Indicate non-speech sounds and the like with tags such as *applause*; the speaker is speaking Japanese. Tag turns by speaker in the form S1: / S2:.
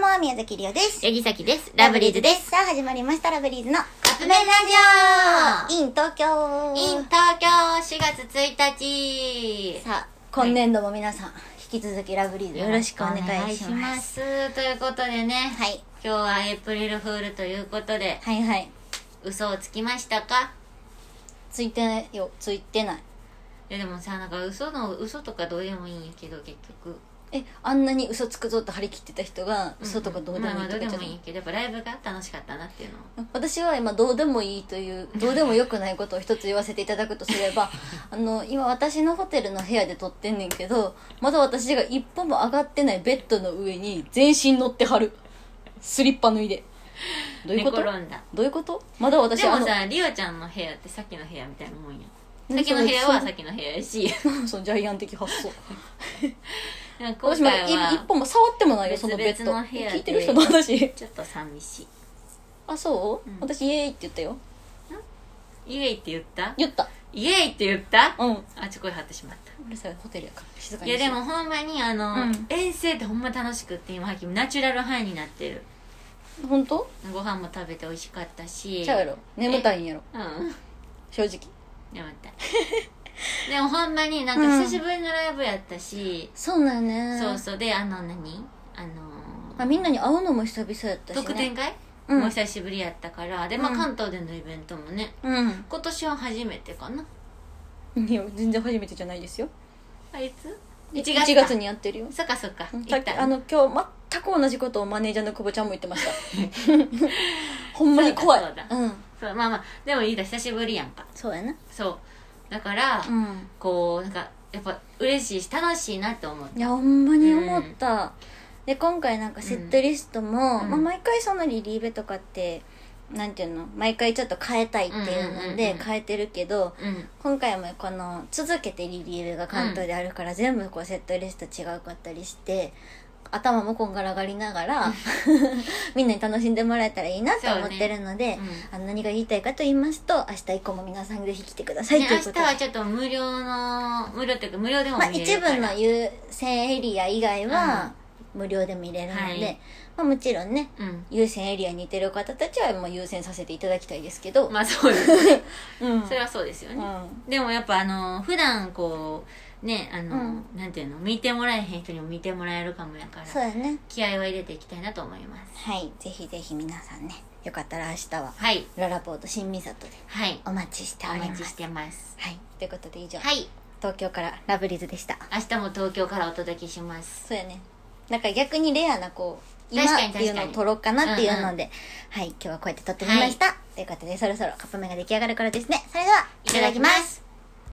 S1: は宮崎りおです。
S2: ヤギサキです。ラブリーズです。。
S1: さあ始まりました、ラブリーズの
S2: カップ麺ラジ
S1: in 東京。
S2: オ in 東京4月1日
S1: さあ、今年度も皆さん、引き続きラブリーズよろしくお願いし
S2: お願
S1: ま。
S2: いしますす。ということでね、
S1: はい。
S2: 今日はエイプリルフールということで、
S1: はいはい。
S2: 嘘をつきましたか
S1: ついてないよ、ついてない。
S2: いやでもさ、なんか嘘の、嘘とかどうでもいいんやけど結局。
S1: え、あんなに嘘つくぞと張り切ってた人が、嘘とかどうでもいい
S2: まあまあ
S1: と
S2: ど
S1: か言っ
S2: うで
S1: ちゃっ
S2: もいいけど、やっぱライブが楽しかったなっていうの
S1: た
S2: を。
S1: 私は今どうでもいいというどうでもよくないことを一つ言わせていただくとすれ
S2: *laughs*
S1: ばあの今私のホテルの部屋で撮ってんねんけどまだ私が一歩も上がってないベッドの上に全身乗ってはるスリッパ脱いでどういうこと
S2: 寝転んだ。
S1: どういうことまだ私
S2: でも
S1: あの
S2: さ、リオちゃんの部屋ってさっきの部屋みたいなもんや。
S1: うん
S2: さっきの部屋
S1: そう
S2: はさっきの部屋やし、
S1: そのジャイアン的発想
S2: なんか
S1: *laughs* 私
S2: 今
S1: ま
S2: 回
S1: だ一
S2: は
S1: 歩も触ってもないよそのベッド
S2: 別々の部屋で
S1: 聞いてる人の
S2: *laughs*
S1: 話
S2: ちょっと寂しい。
S1: あそう、
S2: うん
S1: 私イエーイって言ったよ
S2: イエイって言った
S1: 言った
S2: イエイって言った
S1: うん
S2: あちょこい張ってしまっ
S1: うるさいホテルやから静か
S2: た
S1: に
S2: いや
S1: し
S2: でもほんまにあの、
S1: うん
S2: 遠征ってほんま楽しくって今ナチュラルハイになってる
S1: 本当
S2: ご飯も食べて美味しかったし
S1: ちゃうやろ眠たいんやろ
S2: うん
S1: 正直
S2: 眠たい *laughs* でもほんまになんか久しぶりのライブやったし、
S1: そうだよね
S2: そうそうであの何あの
S1: まあ、みんなに会うのも久々やったし、ね、
S2: 特典会、
S1: うん
S2: もう久しぶりやったからでまあ
S1: うん
S2: 関東でのイベントもね
S1: う
S2: 今年は初めてかなん
S1: いや全然初めてじゃないですよ
S2: あいつ
S1: 1月にやってるよ
S2: そっかそっか
S1: さ
S2: 行
S1: っき
S2: った
S1: あの今日全く同じことをマネージャーの久保ちゃんも言ってました
S2: *laughs*
S1: ほんまに怖い
S2: そうだ
S1: うん
S2: そうまあまあでも言うたら久しぶりやんか
S1: そうやな
S2: そうだから、
S1: うん
S2: こうなんかやっぱ嬉しいし楽しいなって思って
S1: いやほんまに思った、で今回なんかセットリストも、
S2: うん
S1: まあ、毎回そのリリーベとかってなんていうの毎回ちょっと変えたいっていうの
S2: うんうん
S1: で
S2: うん
S1: 変えてるけど、
S2: うん
S1: 今回もこの続けてリリーベが関東であるから、全部こうセットリスト違うかったりして頭もこんがらがりながら *laughs* みんなに楽しんでもらえたらいいなと思ってるので、
S2: そうね
S1: あの何が言いたいかと言いますと明日以降も皆さんぜひ来てください
S2: ね
S1: というこ
S2: 明
S1: と
S2: 日
S1: で。
S2: はちょっと無料の無料っていうか無料でも
S1: まあ、
S2: 見れ
S1: 一
S2: るから、
S1: 部の優先エリア以外は無料で見れるので、
S2: はい
S1: まあ、もちろんね
S2: うん
S1: 優先エリアにいてる方たちはもう優先させていただきたいですけど、
S2: まあそうです
S1: *laughs*
S2: ね
S1: うん
S2: それはそうですよね、
S1: うん
S2: でもやっぱあの普段こうねあの、
S1: う
S2: なんていうの見てもらえへん人にも見てもらえるかもやから
S1: そうだね
S2: 気合を入れていきたいなと思います
S1: はいぜひぜひ皆さんねよかったら明日は
S2: はい
S1: ララポート新三郷で
S2: はい
S1: お待ちしてお
S2: お
S1: り
S2: 待
S1: ま
S2: ちし
S1: す。
S2: てます
S1: はい、ということで以上、
S2: はい
S1: 東京からラブリーズでした。
S2: 明日も東京からお届けします
S1: そうやね。なんか逆にレアなこう今
S2: 確か
S1: っ
S2: に確か
S1: て
S2: に
S1: いうのを撮ろうかなっていうので、はい、今日はこうやって撮ってみました。ということでそろそろカップ麺が出来上がるからですね。それではい
S2: ただきます